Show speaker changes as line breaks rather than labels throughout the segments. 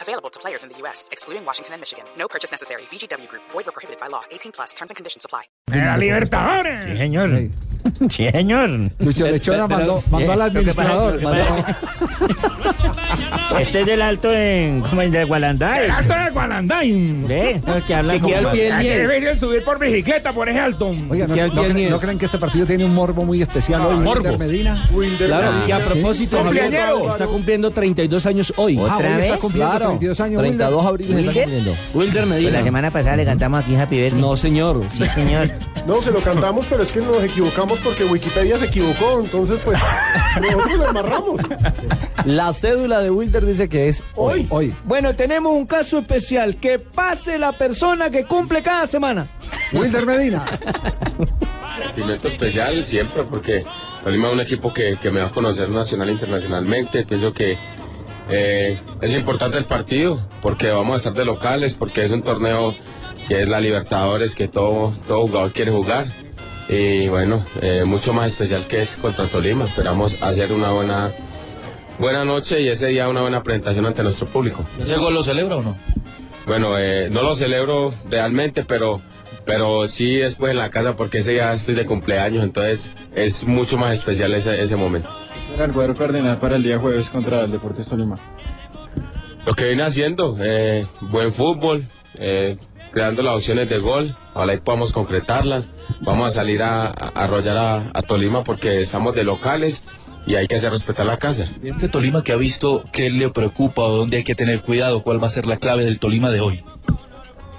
Available to players in the U.S., excluding Washington and Michigan. No purchase necessary. VGW Group, void or prohibited by law. 18 plus terms and conditions apply.
¡Era Libertadores!
Sí, señor. Sí, señor.
Lucho Lechona mandó, mandó al administrador. mandó-
Este es del alto en. ¿Cómo es? De Gualanday.
¡El alto de Gualandain!
¿Ve? Los que hablan como-
queda al pie del
Hay que
10.
deberían subir por bicicleta por ese alto.
Oiga, ¿no, no creen, no creen que este partido tiene un morbo muy especial hoy? Wilder Medina.
Claro,
Ah,
que a
sí.
propósito, Javier
¡Cumpleañero!
Pablo está cumpliendo 32 años hoy.
Ah, hoy está cumpliendo
Claro,
32 años.
32
Wilder.
abril está cumpliendo. Wilder
Pues la
Medina.
semana pasada le cantamos aquí Happy Birthday.
No, señor.
Sí, señor.
No, se lo cantamos, pero es que nos equivocamos porque Wikipedia se equivocó, entonces pues nosotros lo amarramos.
La cédula de Wilder dice que es
Hoy. Hoy.
Bueno, tenemos un caso especial. Que pase la persona que cumple cada semana.
Wilder Medina.
Momento especial siempre porque Tolima es un equipo que, que me va a conocer nacional e internacionalmente. Pienso que eh, es importante el partido porque vamos a estar de locales, porque es un torneo que es la Libertadores, que todo, todo jugador quiere jugar. Y bueno, eh, mucho más especial que es contra Tolima. Esperamos hacer una buena, buena noche y ese día una buena presentación ante nuestro público.
¿Ese gol lo celebra o no?
Bueno, eh, no lo celebro realmente, pero, pero sí después en la casa porque ese día estoy de cumpleaños, entonces es mucho más especial ese, ese momento.
El cuadro cardenal para el día jueves contra el Deportes Tolima.
Lo que viene haciendo, eh, buen fútbol, eh, creando las opciones de gol, ojalá y podamos concretarlas, vamos a salir a, a arrollar a, a Tolima porque estamos de locales y hay que hacer respetar la casa.
Este Tolima que ha visto qué le preocupa o dónde hay que tener cuidado, cuál va a ser la clave del Tolima de hoy.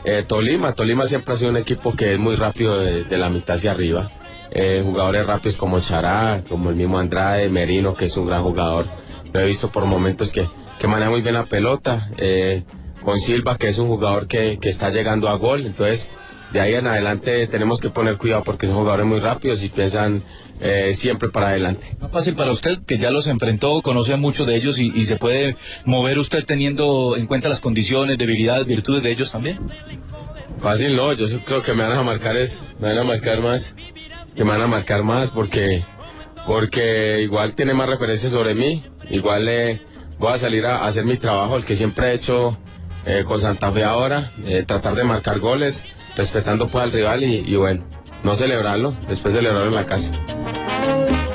Eh, Tolima, Tolima siempre ha sido un equipo que es muy rápido de, de la mitad hacia arriba. Eh, jugadores rápidos como Chará, como el mismo Andrade, Merino, que es un gran jugador. Lo he visto por momentos que, que maneja muy bien la pelota. eh, con Silva, que es un jugador que, que está llegando a gol. Entonces, de ahí en adelante tenemos que poner cuidado porque son jugadores muy rápidos y piensan eh, siempre para adelante.
Más fácil para usted, que ya los enfrentó, conoce a muchos de ellos y, y se puede mover usted teniendo en cuenta las condiciones, debilidades, virtudes de ellos también.
Fácil no, yo sí creo que me van a marcar es, me van a marcar más, que me van a marcar más porque, porque igual tiene más referencias sobre mí, igual eh, voy a salir a, a hacer mi trabajo, el que siempre he hecho eh, con Santa Fe ahora, eh, tratar de marcar goles, respetando pues al rival y, y bueno, no celebrarlo, después celebrarlo en la casa.